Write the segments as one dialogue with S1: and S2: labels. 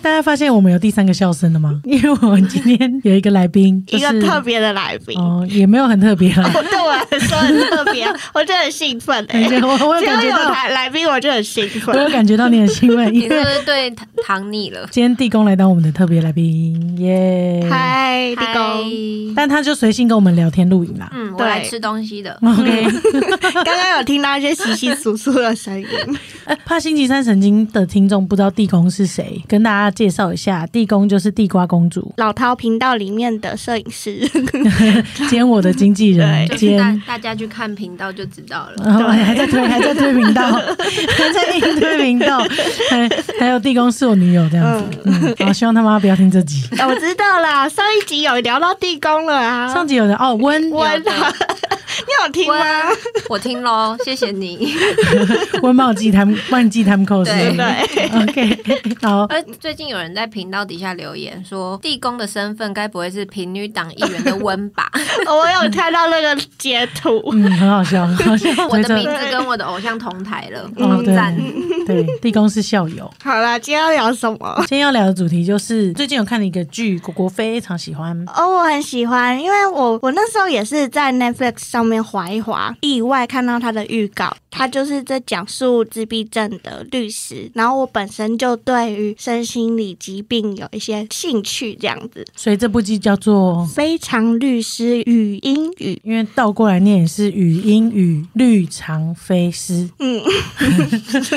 S1: 大家发现我们有第三个笑声了吗？ 因为我们今天 有一个来宾，就
S2: 一
S1: 是
S2: 个特别的来宾。
S1: 哦，也没有很特别 啦。
S2: 我 对我来说很特别， 我就很兴奋哎、
S1: 感觉我我有
S2: 只要
S1: 感觉
S2: 有
S1: 到，
S2: 来来宾，我就很兴
S1: 我有
S2: 奋。
S1: 感觉到你很兴奋，
S3: 你
S1: 因
S3: 是不
S1: 为
S3: 是对糖糖 腻了？
S1: 今天地公来当我们的特别来宾，耶！
S2: 嗨，地公，
S3: 公，
S1: 但他就随性跟我们聊天录影啦。
S3: 嗯，我
S2: 对
S3: 来吃东西的。
S1: OK，
S2: 刚刚有听到一些稀稀疏疏的声音，，
S1: 呃怕星期三神经的听众不知道地公是谁，跟大家介绍一下，地公就是地瓜公主
S2: 老涛频道里面的摄影 师，
S1: 兼我的经纪人，
S3: 就
S2: 对
S3: 是大
S1: 兼。
S3: 大家去看频道就知道了。
S1: 然后还在推，还在推频 道，还在硬推频道，还还有地公是我女友这样子，嗯，好，希望他妈不要听这集。
S2: 哦我知道啦，上一集有聊到地公了啊，
S1: 上集有人哦，温
S2: 温啊， 你有听
S3: 我
S2: 吗？
S3: 我听喽，谢谢你。
S1: 温帽记他们万记他们扣是
S3: 对
S2: 对，
S1: OK，好，
S3: 而最近有人在频道底下留言说，地公的身份该不会是平女党议员的温吧？
S2: 我有看到那个截图，
S1: 嗯，很好笑，很好笑，
S3: 我
S1: 没
S3: 的
S1: 错
S3: 名字跟我的偶像同台了，
S1: 哦，
S3: 嗯赞。
S1: 对对，地公是校友。
S2: 好啦，今天要聊什么？
S1: 今天要聊的主题就是最近有看了一个剧，果果非常喜欢。
S2: 哦，我很喜欢，因为我我那时候也是在 Netflix 上面划一划，意外看到它的预告，它就是在讲述自闭症的律师，然后我本身就对于身心理疾病有一些兴趣，这样子。
S1: 所以这部剧叫做，
S2: 非常律师与英语，
S1: 因为倒过来念也是语音与绿长飞丝，
S2: 嗯，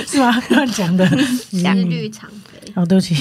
S1: 是吗？乱讲的，语
S3: 是
S1: 音
S3: 绿
S1: 与。
S3: 长飞，
S1: 哦，对不起，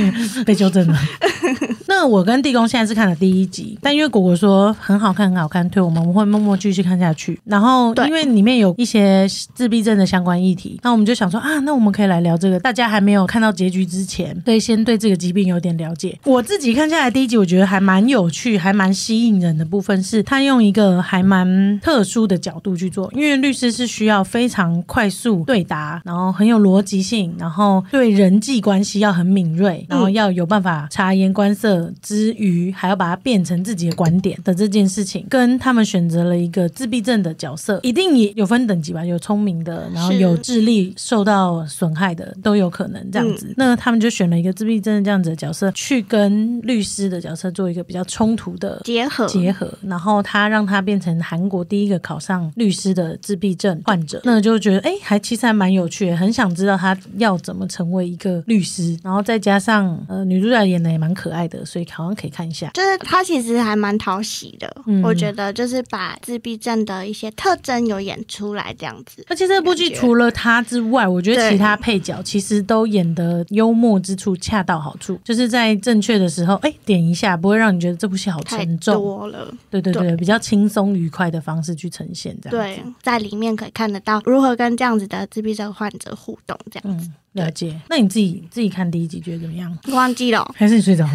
S1: 被纠正了。 那我跟地公现在是看了第一集，但因为果果说很好看，很好看，对我们我们会默默继续看下去。然后
S2: 对
S1: 因为里面有一些自闭症的相关议题，那我们就想说啊，那我们可以来聊这个。大家还没有看到结局之前，可以先对这个疾病有点了解。我自己看下来第一集，我觉得还蛮有趣，还蛮吸引人的部分是，他用一个还蛮特殊的角度去做，因为律师是需要非常快速对答，然后很有逻辑性，然后对人际关系要很敏锐，然后
S2: 嗯
S1: 要有办法察言观色之余，还要把它变成自己的观点的这件事情，跟他们选择了一个自闭症的角色，一定也有分等级吧，有聪明的，然后
S2: 是
S1: 有智力受到损害的都有可能这样
S2: 嗯
S1: 子。那他们就选了一个自闭症的这样子的角色，去跟律师的角色做一个比较冲突的
S2: 结合
S1: 结合，然后他让他变成韩国第一个考上律师的自闭症患者，那就觉得哎，诶还其实还蛮有趣的，很想知道他要怎么成为一个律师，然后再加上呃女主角演的也蛮可爱的，所以好像可以看一下。
S2: 就是它其实还蛮讨喜的，
S1: 嗯
S2: 我觉得就是把自闭症的一些特征有演出来这样子。
S1: 而且这部剧
S2: 感觉
S1: 除了他之外，我觉得
S2: 对
S1: 其他配角其实都演的幽默之处恰到好处，就是在正确的时候，哎，点一下，不会让你觉得这部戏好
S2: 太
S1: 沉重。
S2: 多了，
S1: 对对对，
S2: 对
S1: 比较轻松愉快的方式去呈现，这样
S2: 对
S1: 子。，
S2: 在里面可以看得到如何跟这样子的自闭症患者互动，这样子。
S1: 嗯，了解。那你自己自己看第一集觉得怎么样？
S2: 忘记 了哦，
S1: 还是你睡 着了？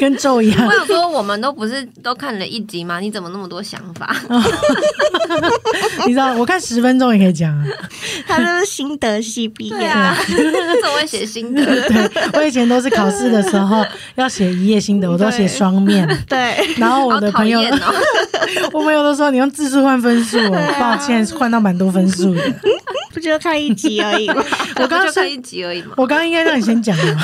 S1: 跟咒一样
S3: 我。想说，我们都不是都看了一集吗？你怎么那么多想法？
S1: 你知道，我看十分钟也可以讲 啊。
S2: 他就是新德系毕业。
S3: 对啊， 怎么会写心得？
S1: 对，我以前都是考试的时候要写一页心得，我都写双面。
S2: 对
S1: 然后 我
S3: 好
S1: 的
S3: 讨
S1: 朋友，
S3: 厌啊哦！
S1: 我朋友都说你用字数换分数哦，抱歉，换到蛮多分数的。
S2: 不就看一集而已吗？
S1: 我刚
S3: 不
S1: 刚
S3: 就是看一集而已嘛，
S1: 我刚刚应该让你先讲啊 的嘛。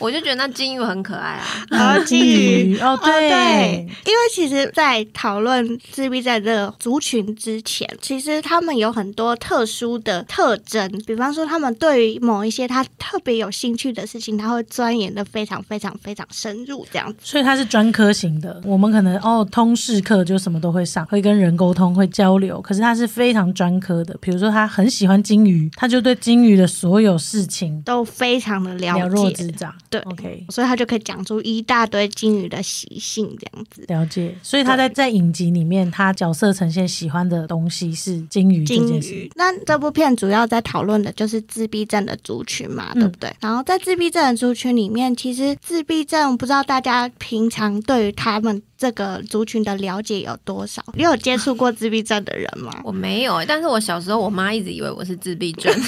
S3: 我就觉得那金鱼很可 爱啊。
S2: 然后基于。
S1: 哦，
S2: 哦，对
S1: 对，，
S2: 因为其实，在讨论自闭症这个族群之前，其实他们有很多特殊的特征，比方说，他们对于某一些他特别有兴趣的事情，他会钻研的非常非常非常深入，这样子。
S1: 所以它是专科型的。我们可能哦，通识课就什么都会上，会跟人沟通，会交流。可是它是非常专科的。比如说，他很喜欢金鱼，他就对金鱼的所有事情
S2: 都非常的了
S1: 了若
S2: 解，
S1: 指掌。
S2: 对
S1: OK，
S2: 所以他就可以讲出一大堆金鱼的习性这样子。
S1: 了解。所以他在在影集里面，他角色呈现喜欢的东西是金
S3: 嗯
S1: 鱼这
S2: 金
S1: 件事
S2: 鱼。。那这部片主要在讨论的就是自闭症的族群嘛，
S3: 嗯
S2: 对不对？然后在自闭症的族群里面，其实自闭症不知道大家平常对于他们这个族群的了解有多少？你有接触过自闭症的人吗？
S3: 我没有、欸，但是我小时候我妈 一直以为我是自闭症，
S1: 嗯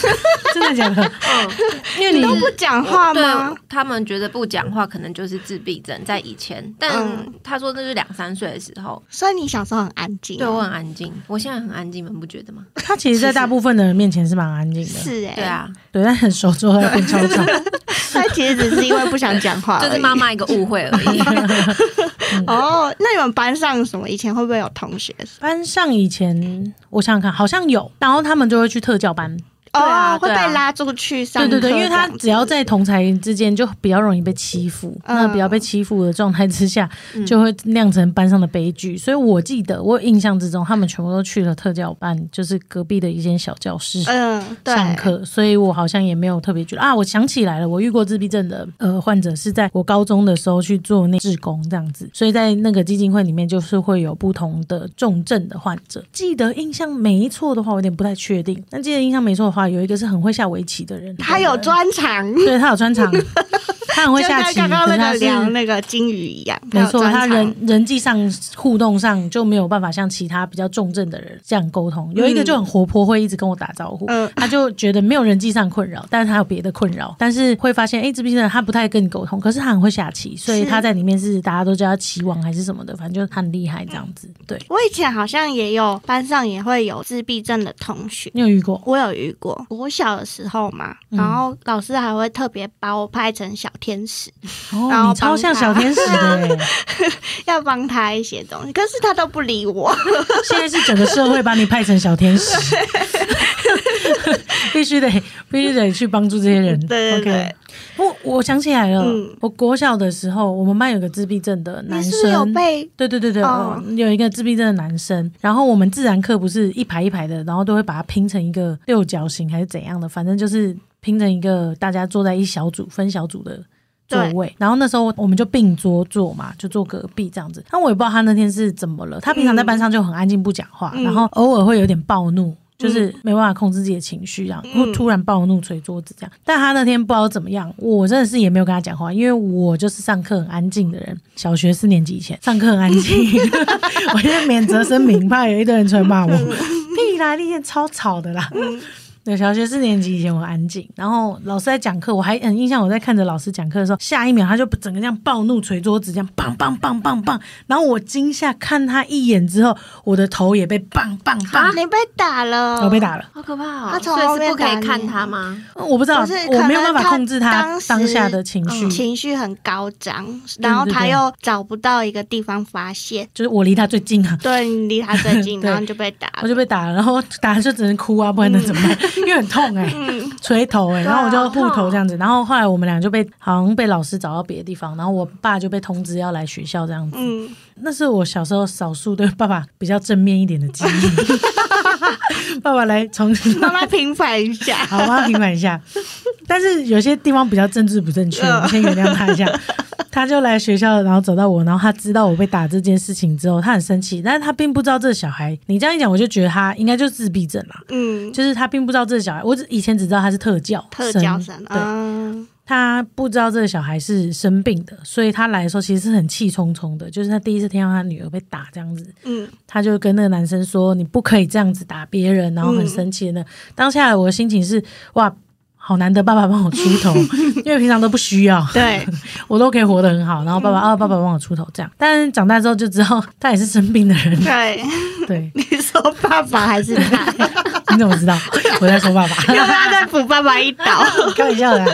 S1: 真的假的？因为
S2: 你
S1: 你
S2: 都不讲话
S3: 对
S2: 吗？，
S3: 他们们觉得不讲话可能就是自闭症，在以前，但
S2: 嗯
S3: 他说那是两三岁的时候，
S2: 所以你小时候很安静、啊
S3: 对我很安静，我现在很安静，你们不觉得吗？
S1: 他其实，在大部分的人面前是蛮安静的，
S2: 是哎、
S3: 对，啊，
S1: 对，但很熟之后要变超 吵。
S2: 他其实只是因为不想讲话而已，
S3: 就是妈妈一个误会而已。
S2: 哦。那你们班上什么以前会不会有同学？
S1: 班上以前我想想看，好像有，然后他们就会去特教班。
S2: 哦，
S3: 啊
S2: 会
S3: 对啊
S2: 被拉出去上
S1: 对
S2: 课这
S1: 对
S2: 样子，
S1: 对，因为他只要在同才之间就比较容易被欺负，
S2: 嗯
S1: 那比较被欺负的状态之下，
S3: 嗯
S1: 就会酿成班上的悲剧。所以我记得，我有印象之中，他们全部都去了特教班，就是隔壁的一间小教室。
S2: 嗯对
S1: 上课，所以我好像也没有特别觉得啊。我想起来了，我遇过自闭症的呃患者是在我高中的时候去做那志工这样子，所以在那个基金会里面就是会有不同的重症的患者。记得印象没错的话，我有点不太确定，但记得印象没错的话，有一个是很会下围棋的人，
S2: 他有专长，
S1: 对他有专 长，他很会
S2: 就
S1: 下
S2: 像
S1: 棋，
S2: 刚刚
S1: 可
S2: 那个
S1: 是他
S2: 聊
S1: 是
S2: 那个金鱼一样，
S1: 没
S2: 有
S1: 错，
S2: 专
S1: 他
S2: 长
S1: 人人际上互动上就没有办法像其他比较重症的人这样沟通。有一个就很活泼，会一直跟我打招呼，
S2: 嗯
S1: 他就觉得没有人际上困扰，但是他有别的困扰，但是会发现，哎、自闭症人他不太跟你沟通，可是他很会下棋，所以
S2: 是
S1: 他在里面是大家都叫他棋王还是什么的，反正就是他很厉害这样子。对，
S2: 我以前好像也有班上也会有自闭症的同学，
S1: 你有遇过？
S2: 我有遇过。我小的时候嘛，
S1: 嗯
S2: 然后老师还会特别把我拍成小天使，然
S1: 哦，
S2: 后
S1: 你超像小天使的、欸，
S2: 要帮他一些东西，可是他都不理我。
S1: 现在是整个社会把你派成小天使，必须得必须得去帮助这些人。
S2: 对对
S1: OK
S2: 对，
S1: 我我想起来了，
S2: 嗯
S1: 我国小的时候，我们班有个自闭症的男
S2: 你
S1: 生，
S2: 是不是有被？
S1: 对对对对，
S2: 哦
S1: 嗯有一个自闭症的男生，然后我们自然课不是一排一排的，然后都会把它拼成一个六角形还是怎样的，反正就是拼成一个大家坐在一小组分小组的。座位，然后那时候我们就并桌坐嘛，就坐隔壁这样子。但我也不知道他那天是怎么了，他平常在班上就很安静不讲话，
S2: 嗯
S1: 然后偶尔会有点暴怒，就是没办法控制自己的情绪，这样
S2: 嗯
S1: 会突然暴怒捶桌子这样。但他那天不知道怎么样，我真的是也没有跟他讲话，因为我就是上课很安静的人，小学四年级以前上课很安静， 我就是免责声明，怕有一堆人出来骂我。
S2: 嗯
S1: 屁啦，那天超吵的啦。 对，小学四年级以前我很安静，然后老师在讲课，我还很印象，我在看着老师讲课的时候，下一秒他就整个这样暴怒捶桌子，这样棒棒棒棒棒，然后我惊吓看他一眼之后，我的头也被棒棒棒，
S2: 啊你被打了？
S1: 啊我被。打了。
S3: 好可怕哦！
S2: 他从
S3: 所以
S2: 后
S3: 是
S2: 面
S3: 不可
S2: 打
S3: 以
S2: 你
S3: 看他吗？
S1: 我不知道，
S2: 就是
S1: 啊
S2: 可
S1: 我
S2: 能
S1: 没有办法控制他
S2: 当时嗯
S1: 当下的情绪，
S2: 情绪很高涨，
S1: 对
S2: 然后他
S1: 对
S2: 又找不到一个地方发泄，
S1: 就是我离他最近啊。
S2: 对你离他最近，
S1: 对
S2: 然后你就被打
S1: 我
S2: 了。
S1: 就被打了，然后打了就只能哭啊，不然能怎么 办？因为很痛哎、捶头哎、
S3: 对
S1: 然
S3: 啊
S1: 后我就护
S3: 好痛
S1: 头这样子，然后后来我们俩就被好像被老师找到别的地方，然后我爸就被通知要来学校这样子。
S2: 嗯，
S1: 那是我小时候少数对爸爸比较正面一点的记忆。 爸爸来重 新。
S2: 妈妈平反一下
S1: 好，我要平反一下。但是有些地方比较政治不正确，
S3: 嗯
S1: 我们先原谅他一下。他就来学校，然后找到我，然后他知道我被打这件事情之后，他很生气，但是他并不知道这个小孩。你这样一讲，我就觉得他应该就是自闭症啦，
S2: 嗯，
S1: 就是他并不知道这个小孩。我只以前只知道他是特教
S2: 特教
S1: 生，
S2: 生，
S1: 对，
S2: 嗯，
S1: 他不知道这个小孩是生病的，所以他来的时候其实是很气冲冲的，就是他第一次听到他女儿被打这样子，
S2: 嗯，
S1: 他就跟那个男生说：“你不可以这样子打别人。”然后很生气的那。
S2: 嗯
S1: 当下我的心情是：哇，好难得爸爸帮我出 头，因为平常都不需要，
S2: 对，。
S1: 我都可以活得很好。然后爸爸啊，爸爸帮我出头这样。但长大之后就知道他也是生病的人
S2: 对，
S1: 对，
S2: 你说爸爸还是 他？
S1: 你怎么知道我在说爸爸？
S2: 要不要再补爸爸一刀？
S1: 开玩笑的啊、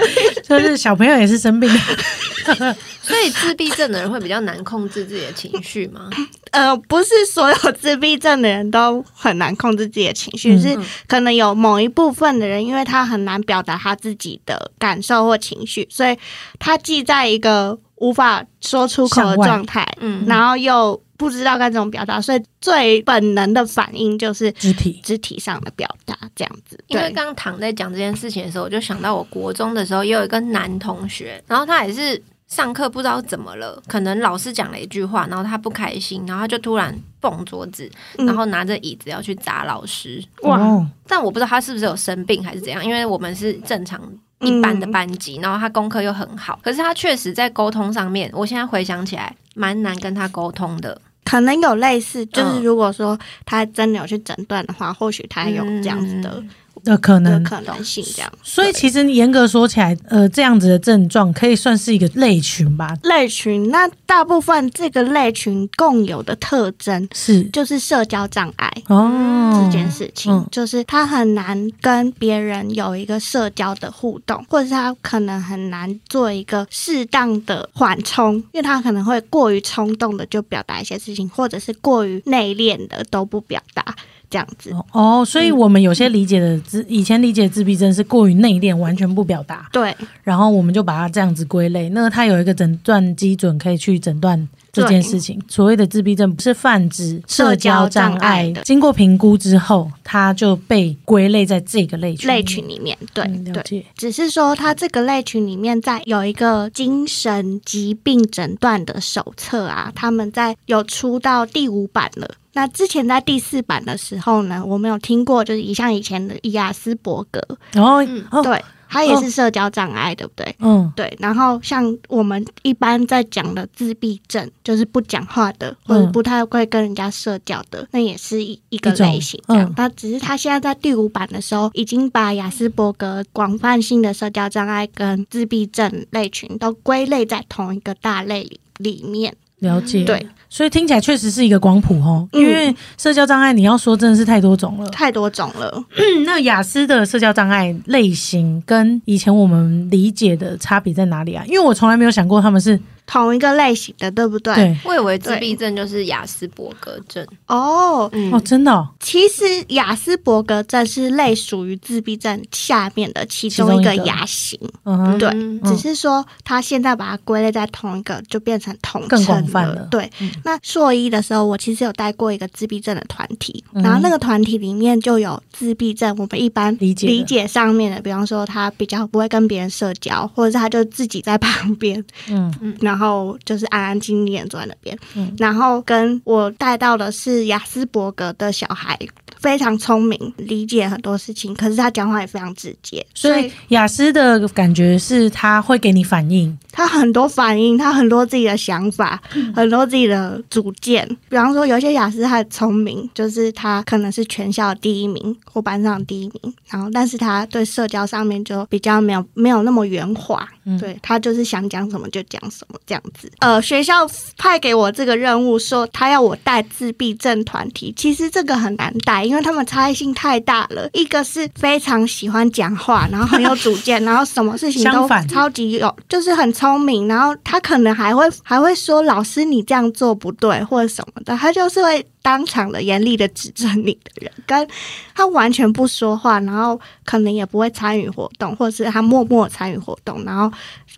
S1: 就是小朋友也是生病的。
S3: 所以自闭症的人会比较难控制自己的情绪吗？
S2: 呃，不是所有自闭症的人都很难控制自己的情绪，
S1: 嗯
S2: 是可能有某一部分的人，因为他很难表达他自己的感受或情绪，所以他既在一个无法说出口的
S1: 向外
S2: 状态，
S3: 嗯，
S2: 然后又不知道该怎么表达，所以最本能的反应就是
S1: 肢体
S2: 肢体上的表达，这样子。
S3: 因为
S2: 对
S3: 刚躺在讲这件事情的时候，我就想到我国中的时候也有一个男同学，然后他也是上课不知道怎么了，可能老师讲了一句话，然后他不开心，然后他就突然蹦桌子，
S2: 嗯
S3: 然后拿着椅子要去砸老师。
S2: 哇
S1: 哦
S3: 但我不知道他是不是有生病还是怎样，因为我们是正常一般的班级，然后他功课又很好，可是他确实在沟通上面，我现在回想起来蛮难跟他沟通的。
S2: 可能有类似，就是
S3: 嗯
S2: 如果说他真的有去诊断的话，或许他有这样子的
S1: 的可
S2: 的
S1: 能。
S2: 可能性这样。
S1: 所以其实严格说起来，呃，这样子的症状可以算是一个类群吧？
S2: 类群，那大部分这个类群共有的特征
S1: 是
S2: 就是社交障碍。
S1: 哦，
S2: 这件事情，
S1: 嗯
S2: 就是他很难跟别人有一个社交的互动，或者是他可能很难做一个适当的缓冲，因为他可能会过于冲动的就表达一些事情，或者是过于内敛的都不表达这样子。
S1: 哦，所以我们有些理解的自以前理解自闭症是过于内敛，完全不表达，
S2: 对
S1: 然后我们就把它这样子归类。那它有一个诊断基准可以去诊断。这件事情，所谓的自闭症不是泛指社交障
S2: 社
S1: 碍
S2: 交障碍的，
S1: 经过评估之后，它就被归类在这个类群里。
S2: 类群里面，对、
S1: 嗯了
S2: 对，
S1: 解。
S2: 只是说他这个类群里面，在有一个精神疾病诊断的手册啊，他们在有出到第五版了。那之前在第四版的时候呢，我们有听过，就是像以前的伊亚斯伯格，
S1: 然后
S3: 嗯
S1: 哦，
S2: 对，他也是社交障碍，对不对？
S1: 嗯，
S2: 对，然后像我们一般在讲的自闭症，就是不讲话的，或者不太会跟人家社交的，那也是一嗯一个
S1: 一种
S2: 类型这样
S1: 嗯。
S2: 那、只是他现在在第五版的时候，已经把雅斯伯格广泛性的社交障碍跟自闭症类群都归类在同一个大类里里面。
S1: 了解。
S2: 对，
S1: 所以听起来确实是一个光谱哦，
S2: 嗯
S1: 因为社交障碍你要说真的是太多种了。
S2: 太多种了，
S1: 那雅思的社交障碍类型跟以前我们理解的差别在哪里啊？因为我从来没有想过他们是
S2: 同一个类型的，对不对？
S1: 对
S3: 我以为自闭症就是雅斯伯格症，
S2: 哦
S3: 嗯，
S1: 哦，真的哦
S2: 其实雅斯伯格症是类属于自闭症下面的其中一
S1: 其
S2: 个
S1: 中一个
S2: 亚型。
S1: 嗯哼，
S2: 对
S3: 嗯
S2: 只是说他现在把它归类在同一个，就变成统称
S1: 更广泛了嗯
S2: 了。对，那硕一的时候，我其实有带过一个自闭症的团体，
S1: 嗯
S2: 然后那个团体里面就有自闭症，我们一般
S1: 理解的
S2: 理解上面的，比方说他比较不会跟别人社交，或者是他就自己在 旁边，
S1: 嗯，
S2: 然后就是安安静静地坐在那边。
S1: 嗯
S2: 然后跟我带到的是雅斯伯格的小孩。非常聪明，理解很多事情，可是他讲话也非常直接，
S1: 所以雅思的感觉是他会给你反应，
S2: 他很多反应，他很多自己的想法，很多自己的主见。比方说，有一些雅思他很聪明，就是他可能是全校第一名或班上第一名，然后但是他对社交上面就比较没有没有那么圆滑，
S1: 嗯
S2: 对他就是想讲什么就讲什么这样子。呃，学校派给我这个任务，说他要我带自闭症团体，其实这个很难带，因为他们差异性太大了。一个是非常喜欢讲话，然后很有主见，然后什么事情
S1: 相
S2: 都
S1: 反
S2: 超级有，就是很聪明，然后他可能还会还会说老师你这样做不对或者什么的，他就是会当场的严厉的指正你的人，跟他完全不说话，然后可能也不会参与活动，或者是他默默参与活动，然后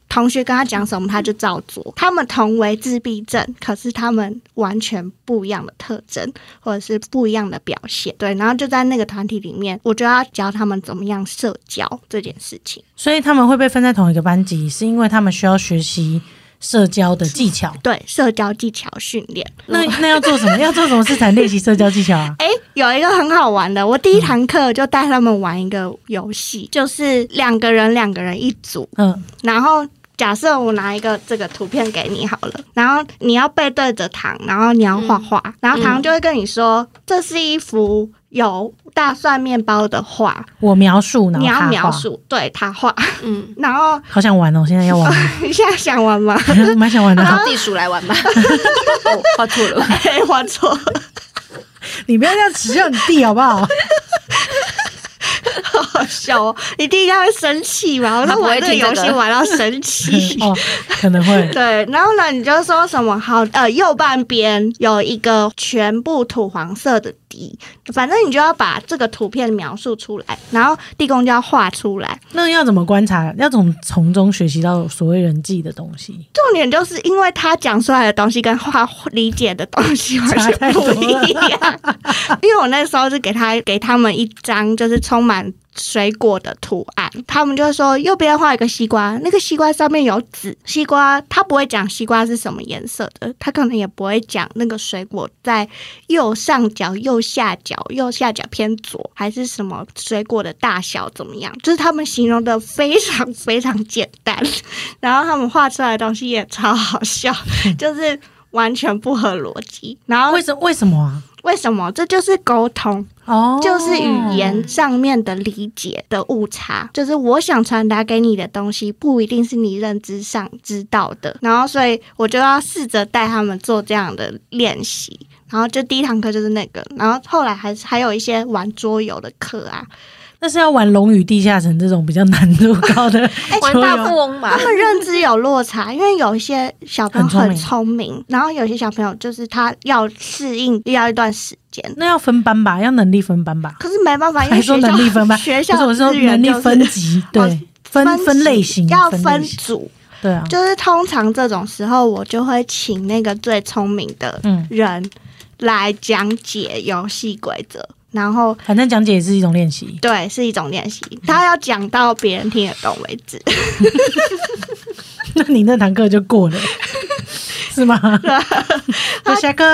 S2: 同学跟他讲什么他就照做。他们同为自闭症，可是他们完全不一样的特征，或者是不一样的表现。对，然后就在那个团体里面，我就要教他们怎么样社交这件事情。
S1: 所以他们会被分在同一个班级，是因为他们需要学习社交的技 巧。
S2: 对，社交技巧训练。
S1: 那那要做什么？要做什么事才练习社交技巧啊？
S2: 哎，有一个很好玩的，我第一堂课就带他们玩一个游戏，就是两个人两个人一组，
S1: 嗯，
S2: 然后假设我拿一个这个图片给你好了，然后你要背对着糖，然后你要画画，然后糖就会跟你说、这是一幅有大蒜面包的画，
S1: 我描述，然
S2: 你
S1: 后他
S2: 要
S1: 画
S2: 描，述，对他画，
S3: 嗯，
S2: 然后
S1: 好想玩哦，现在要玩 吗，
S2: 你现在想玩吗？
S1: 蛮想玩的。
S3: 找地鼠来玩吧。 哦，画错了，
S2: 哎，画错，
S1: 你不要这样耻笑你弟好不 好？。
S2: 好好笑哦！你弟应该会生气吧？我
S3: 他
S2: 说
S3: 不会
S2: 玩这个
S3: 听这
S2: 游戏
S3: 个
S2: 玩到生气
S1: 哦，可能会。
S2: 对，然后呢，你就说什么好？呃，右半边有一个全部土黄色的底，反正你就要把这个图片描述出来，然后地公就要画出来。
S1: 那要怎么观察？要怎么从中学习到所谓人际的东西？
S2: 重点就是因为他讲出来的东西跟他理解的东西完全不一样，因为我那时候是给他给他们一张就是充满水果的图案，他们就说右边画一个西瓜，那个西瓜上面有籽，西瓜他不会讲西瓜是什么颜色的，他可能也不会讲那个水果在右上角、右下角、右下角偏左还是什么水果的大小怎么样，就是他们形容的非 常非常简单。然后他们画出来的东西也超好笑，就是完全不合逻辑。然后
S1: 为什为什么啊？
S2: 为什么？这就是沟通，
S1: 哦，
S2: 就是语言上面的理解的误差，就是我想传达给你的东西不一定是你认知上知道的。然后，所以我就要试着带他们做这样的练习。然后就第一堂课就是那个，然后后来还是还有一些玩桌游的课啊，
S1: 那是要玩《龙与地下城》这种比较难度高 的
S2: 哎
S3: 玩
S1: 桌
S3: 大
S1: 游
S3: 富翁 吧
S2: 他。们认知有落差，因为有一些小朋友很聪明，然后有些小朋友就是他要适应要一段时间，
S1: 那要分班吧，要能力分班吧，
S2: 可是没办法，因为
S1: 还说
S2: 学
S1: 能力分
S2: 校
S1: 班，
S2: 学
S1: 不是
S2: 校
S1: 我说
S2: 资源
S1: 能力
S2: 就是哦
S1: 分 级，对，分
S2: 分
S1: 分
S2: 级
S1: 类型
S2: 要
S1: 分
S2: 分
S1: 类型，
S2: 组，
S1: 对啊，
S2: 就是通常这种时候我就会请那个最聪明的
S1: 嗯，
S2: 人来讲解游戏规则，然后。
S1: 反正讲解也是一种练习。
S2: 对，是一种练习，他要讲到别人听得懂为止。
S1: 那你那堂课就过 了，是吗？那下课，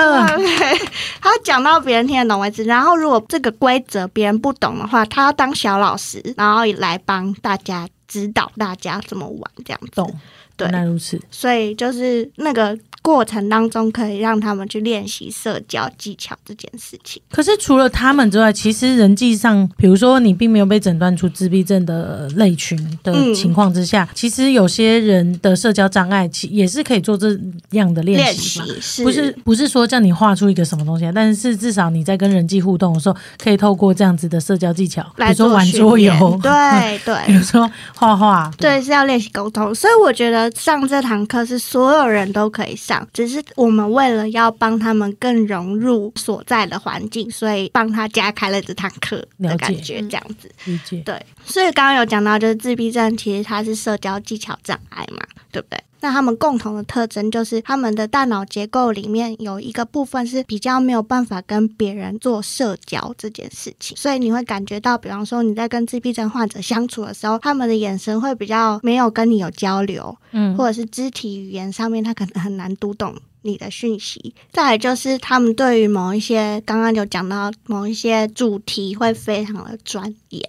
S2: 他讲到别人听得懂为止。然后，如果这个规则别人不懂的话，他要当小老师，然后来帮大家指导大家怎么玩这样子。
S1: 懂，
S2: 对
S1: 原来如此。
S2: 所以就是那个过程当中，可以让他们去练习社交技巧这件事情。
S1: 可是除了他们之外，其实人际上，比如说你并没有被诊断出自闭症的类群的
S2: 嗯
S1: 情况之下，其实有些人的社交障碍，其也是可以做这样的练
S2: 练
S1: 习嘛。
S2: 习是
S1: 不是不是说叫你画出一个什么东西啊，但是至少你在跟人际互动的时候，可以透过这样子的社交技巧，比
S2: 来
S1: 如说
S2: 做
S1: 玩
S2: 训
S1: 桌
S2: 练
S1: 游，
S2: 对
S1: 比
S2: 对
S1: 如说画画，
S2: 对，是要练习沟通。所以我觉得上这堂课是所有人都可以上，只是我们为了要帮他们更融入所在的环境，所以帮他加开了这堂课
S1: 了解
S2: 的感觉，这样子。
S1: 理解。
S2: 对，所以刚刚有讲到，就是自闭症其实它是社交技巧障碍嘛，对不对？那他们共同的特征就是，他们的大脑结构里面有一个部分是比较没有办法跟别人做社交这件事情，所以你会感觉到，比方说你在跟自闭症患者相处的时候，他们的眼神会比较没有跟你有交流，
S1: 嗯，
S2: 或者是肢体语言上面，他可能很难读懂你的讯息。再来就是他们对于某一些刚刚有讲到某一些主题会非常的钻研，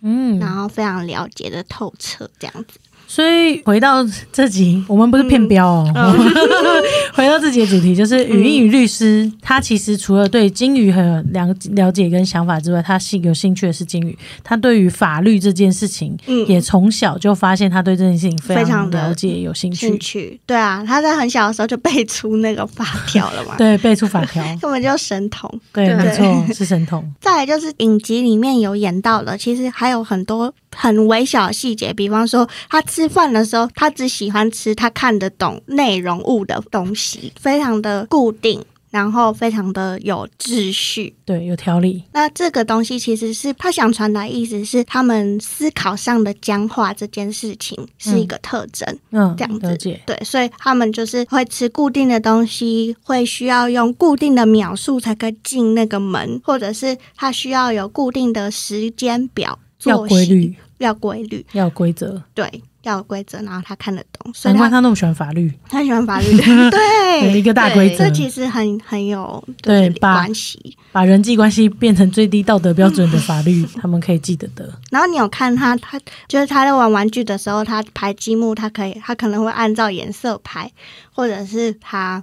S1: 嗯，
S2: 然后非常了解的透彻这样子。
S1: 所以回到这集，我们不是骗标哦。
S2: 嗯
S1: 嗯回到自己的主题，就是语音与律师，他其实除了对金鱼很有了了解跟想法之外，他是有兴趣的是金鱼，他对于法律这件事情。
S2: 嗯
S1: 也从小就发现他对这件事情非
S2: 非
S1: 常
S2: 常的
S1: 了解，有兴趣
S2: 兴，趣，对啊，他在很小的时候就背出那个法条了 嘛，
S1: 对背出法 条，
S2: 根本就神童。
S1: 对，
S3: 对
S1: 没错，是神童。
S2: 再来就是影集里面有演到的，其实还有很多很微小的细节，比方说他吃饭的时候，他只喜欢吃他看得懂内容物的东西，非常的固定，然后非常的有秩序。
S1: 对，有条理。
S2: 那这个东西其实是他想传达意思是，他们思考上的僵化这件事情是一个特征。
S1: 嗯，
S2: 这样子
S1: 了解。
S2: 对，所以他们就是会吃固定的东西，会需要用固定的秒数才可以进那个门，或者是他需要有固定的时间表，
S1: 要
S2: 作
S1: 规，
S2: 息
S1: 律，
S2: 要规律，
S1: 要规则。
S2: 对，要有规则，然后他看得懂，所以
S1: 难怪
S2: 他
S1: 他那么喜欢法律，
S2: 他喜欢法律，
S1: 有一
S2: 对，
S1: 个大规则
S2: 这，其实很很有就是
S1: 对吧
S2: 关系。
S1: 把人际关系变成最低道德标准的法律，他们可以记得的。
S2: 然后你有看他，他就是他在玩玩具的时候，他排积木，他可以，他可能会按照颜色排，或者是他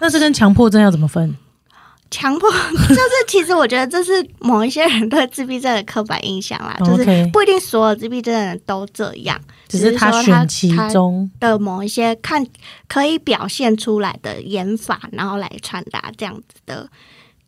S1: 那这跟强迫症要怎么分？
S2: 强迫， 就是其实我觉得这是某一些人对自闭症的刻板印象啦，啊就是
S1: 哦 OK
S2: 不一定所有自闭症的人都这样，
S1: 只是他选其中，
S2: 的某一些看可以表现出来的演法，然后来传达这样子的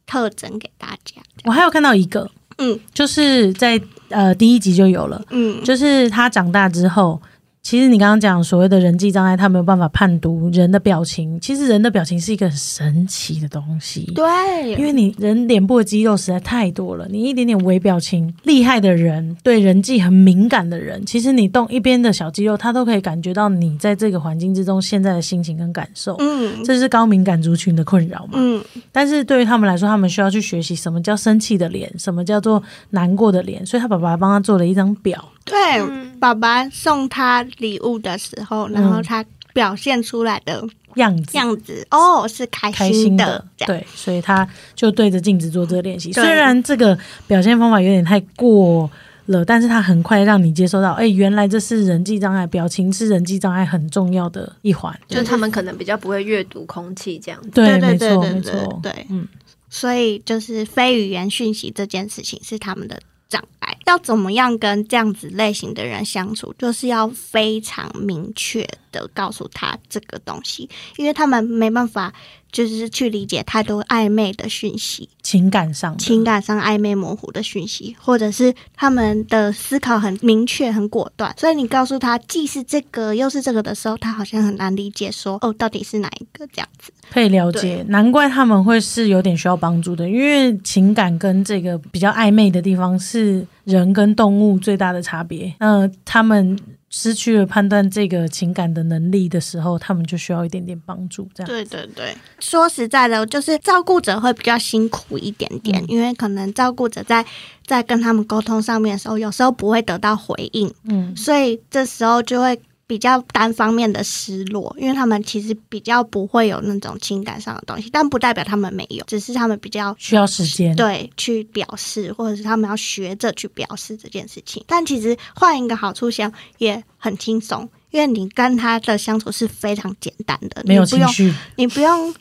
S2: 特征给大家。
S1: 我还有看到一个，
S2: 嗯
S1: 就是在呃第一集就有了，
S2: 嗯，
S1: 就是他长大之后。其实你刚刚讲所谓的人际障碍，他没有办法判读人的表情。其实人的表情是一个很神奇的东西，因
S2: 对，
S1: 为你人脸部的肌肉实在太多了，你一点点微表情，厉害的人，对人际很敏感的人，其实你动一边的小肌肉，他都可以感觉到你在这个环境之中现在的心情跟感受。
S2: 嗯
S1: 这是高敏感族群的困扰嘛？
S2: 嗯，
S1: 但是对于他们来说，他们需要去学习什么叫生气的脸，什么叫做难过的脸，所以他爸爸帮他做了一张表。
S2: 对，
S3: 嗯
S2: 爸爸送他礼物的时候，然
S1: 嗯
S2: 后他表现出来的
S1: 样子，
S2: 样子，哦，是开
S1: 开心
S2: 的
S1: 的，，
S2: 这样
S1: 对，所以他就对着镜子做这个练习。
S2: 对
S1: 虽然这个表现方法有点太过了，但是它很快让你接收到，哎、原来这是人际障碍，表情是人际障碍很重要的一环。
S3: 就是他们可能比较不会阅读空气这样子。
S1: 对，
S2: 对
S1: 没
S2: 对
S1: 错，
S2: 对
S1: 没
S2: 对
S1: 错，
S2: 对，
S1: 嗯
S2: 所以就是非语言讯息这件事情是他们的障碍。要怎么样跟这样子类型的人相处，就是要非常明确的告诉他这个东西，因为他们没办法就是去理解太多暧昧的讯息，
S1: 情感上的
S2: 情感上暧昧模糊的讯息，或者是他们的思考很明确、很果断，所以你告诉他既是这个又是这个的时候，他好像很难理解说哦到底是哪一个这样子。
S1: 可以了解，难怪他们会是有点需要帮助的，因为情感跟这个比较暧昧的地方是人跟动物最大的差别。那他们失去了判断这个情感的能力的时候，他们就需要一点点帮助。这样，
S2: 对对对，说实在的，就是照顾者会比较辛苦一点点，
S1: 嗯
S2: 因为可能照顾者在在跟他们沟通上面的时候，有时候不会得到回应，
S1: 嗯，
S2: 所以这时候就会比较单方面的失落，因为他们其实比较不会有那种情感上的东西，但不代表他们没有，只是他们比较。
S1: 需要时间。
S2: 对，去表示，或者是他们要学着去表示这件事情。但其实换一个好处想也很轻松，因为你跟他的相处是非常简单的，
S1: 没有
S2: 你不
S1: 情
S2: 用
S1: 绪，
S2: 你不用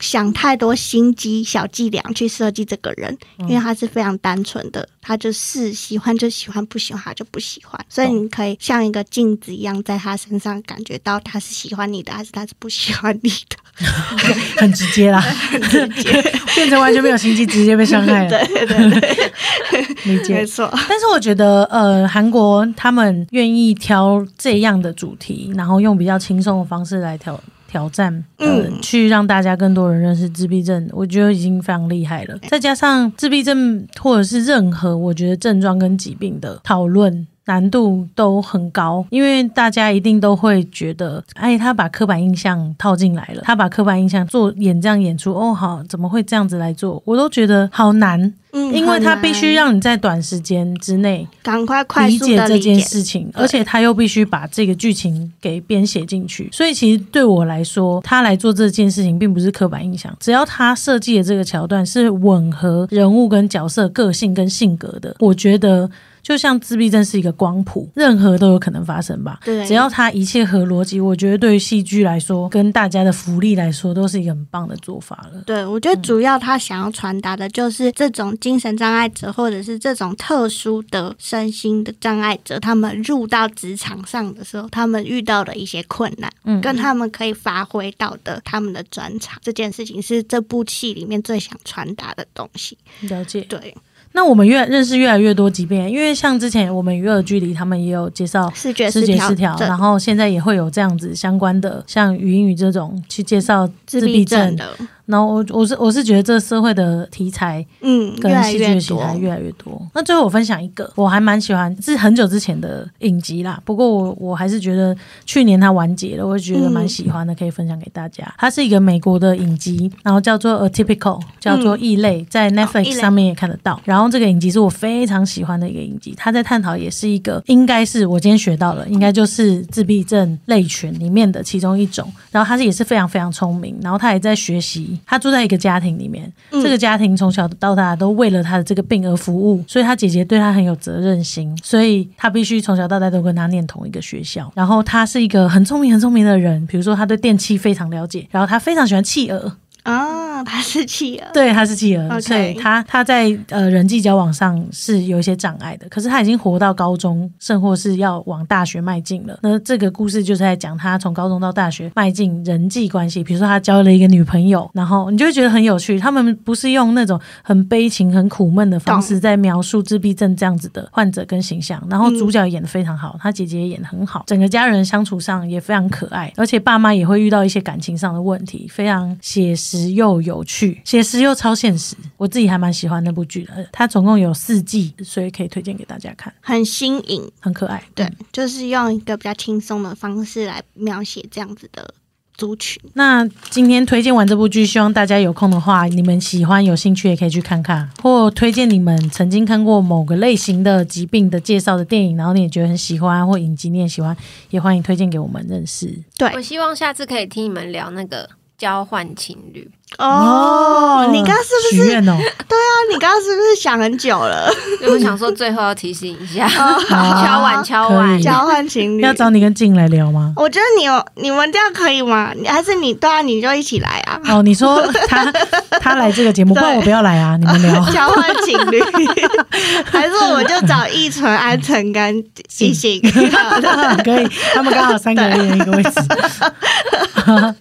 S2: 想太多心机小伎俩去设计这个人，
S1: 嗯
S2: 因为他是非常单纯的，他就是喜欢就喜欢，不喜欢他就不喜欢。所以你可以像一个镜子一样，在他身上感觉到他是喜欢你的，还是他是不喜欢你的。
S1: 很直接 啦， 变成完全没有心机，直接被伤害了。
S2: 对对对，
S1: 理解
S2: 没。 错。
S1: 但是我觉得，呃，韩国他们愿意挑这样的主题，然后用比较轻松的方式来挑挑战，呃、
S2: 嗯
S1: 去让大家更多人认识自闭症，我觉得已经非常厉害了。再加上自闭症或者是任何我觉得症状跟疾病的讨论。难度都很高，因为大家一定都会觉得，哎，他把刻板印象套进来了，他把刻板印象做演这样演出，哦，好，怎么会这样子来做？我都觉得好难，
S2: 嗯
S1: 因为
S2: 很
S1: 他
S2: 难
S1: 必须让你在短时间之内
S2: 嗯赶快快
S1: 理
S2: 速
S1: 解
S2: 的
S1: 这
S2: 理
S1: 件
S2: 解。
S1: 事情，
S2: 对
S1: 而且他又必须把这个剧情给编写进去。所以其实对我来说，他来做这件事情并不是刻板印象，只要他设计的这个桥段是吻合人物跟角色个性跟性格的，我觉得。就像自闭症是一个光谱，任何都有可能发生吧。
S2: 对
S1: 只要它一切合逻辑，我觉得对于戏剧来说，跟大家的福利来说，都是一个很棒的做法了。
S2: 对，我
S1: 嗯
S2: 觉得主要他想要传达的就是这种精神障碍者，或者是这种特殊的身心的障碍者，他们入到职场上的时候，他们遇到的一些困难，
S1: 嗯
S2: 跟他们可以发挥到的他们的专长，这件事情是这部戏里面最想传达的东西。
S1: 了解。
S2: 对，
S1: 那我们越认识越来越多疾病，因为像之前我们娱乐距离他们也有介绍
S2: 视觉
S1: 视觉失调，
S2: 症
S1: 然后现在也会有这样子相关的，像语音语这种去介绍
S2: 自
S1: 自闭
S2: 症
S1: 症。
S2: 的，
S1: 然后我我是我是觉得这个社会的题材
S2: 嗯，越
S1: 跟
S2: 来
S1: 戏剧
S2: 越
S1: 的题
S2: 多
S1: 材。越来越多。那最后我分享一个，我还蛮喜欢，是很久之前的影集啦。不过我我还是觉得去年它完结了，我觉得蛮喜欢的，可以分享给大家。它是一个美国的影集，然后叫做《Atypical》，叫做《异类》，在
S2: 异
S1: Netflix
S2: 类
S1: 上面也看得到。然后这个影集是我非常喜欢的一个影集，它在探讨也是一个，应该是我今天学到了，应该就是自闭症类群里面的其中一种。然后他是也是非常非常聪明，然后他也在学习，他住在一个家庭里面，
S2: 嗯
S1: 这个家庭从小到大都为了他的这个病而服务，所以他姐姐对他很有责任心，所以他必须从小到大都跟他念同一个学校。然后他是一个很聪明、很聪明的人，比如说他对电器非常了解，然后他非常喜欢企鹅，
S2: 啊，他是企鹅。
S1: 对，他是企鹅
S2: OK
S1: 所以他他在呃人际交往上是有一些障碍的。可是他已经活到高中，甚或是要往大学迈进了。那这个故事就是在讲他从高中到大学迈进人际关系，比如说他交了一个女朋友，然后你就会觉得很有趣。他们不是用那种很悲情、很苦闷的方式在描述自闭症这样子的患者跟形象，然后主角演的非常好，他姐姐也演的很好，整个家人相处上也非常可爱，而且爸妈也会遇到一些感情上的问题，非常写实又有趣，写实又超现实，我自己还蛮喜欢那部剧的。它总共有四季，所以可以推荐给大家看，
S2: 很新颖，
S1: 很可爱。
S2: 对，就是用一个比较轻松的方式来描写这样子的族群。
S1: 那今天推荐完这部剧，希望大家有空的话，你们喜欢、有兴趣也可以去看看，或推荐你们曾经看过某个类型的疾病的介绍的电影，然后你也觉得很喜欢，或影集你也喜欢，也欢迎推荐给我们认识。
S2: 对
S3: 我希望下次可以听你们聊那个交换情侣。
S2: 哦，你刚刚是不
S1: 许
S2: 是？
S1: 愿哦？
S2: 那你刚刚是不是想很久了？
S3: 所以我想说，最后要提醒一下，
S1: 好
S3: 敲碗敲碗
S1: 可以。
S2: 交换情侣
S1: 要？找你跟静来聊 吗？
S2: 我觉得你有你们这样可以吗？还是你对啊，你就一起来啊，。
S1: 哦，你说他他来这个节目，不然我不要来啊，你们聊
S2: 交换情 侣，还是我们就找一纯、安纯跟一 行？
S1: 可以，他们刚好三个人一人一个位 置。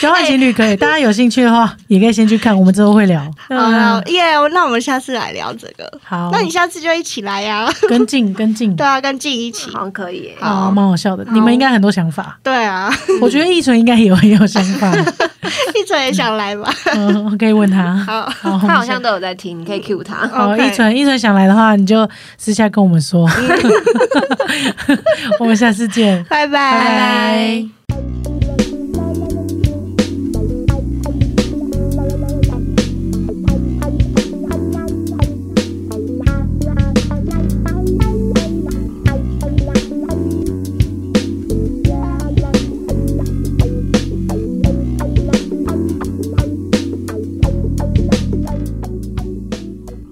S1: 交换情侣可以，大家有兴趣的话，也可以先去看，我们之后会聊。
S2: 哎好了
S1: 嗯，
S2: 耶那我们下次来聊这个。
S1: 好，
S2: 那你下次就一起来呀、
S1: 跟进跟进
S2: 对，啊啊，跟静一起。
S3: 好像可以耶，
S1: 哦，蛮好笑的。你们应该很多想法，
S2: 对啊，
S1: 我觉得易纯应该也有很有想 法，
S2: 一纯也想来吧？
S1: 嗯，可以问他。
S2: 好，
S1: 好，
S3: 他好
S1: 我
S3: 像
S1: 们
S3: 都有在听，你可以 cue 他。
S1: 好，
S2: OK 嗯
S1: 易纯易纯想来的话，你就私 下跟我们说。我们下次见。
S2: 拜拜
S1: 拜拜。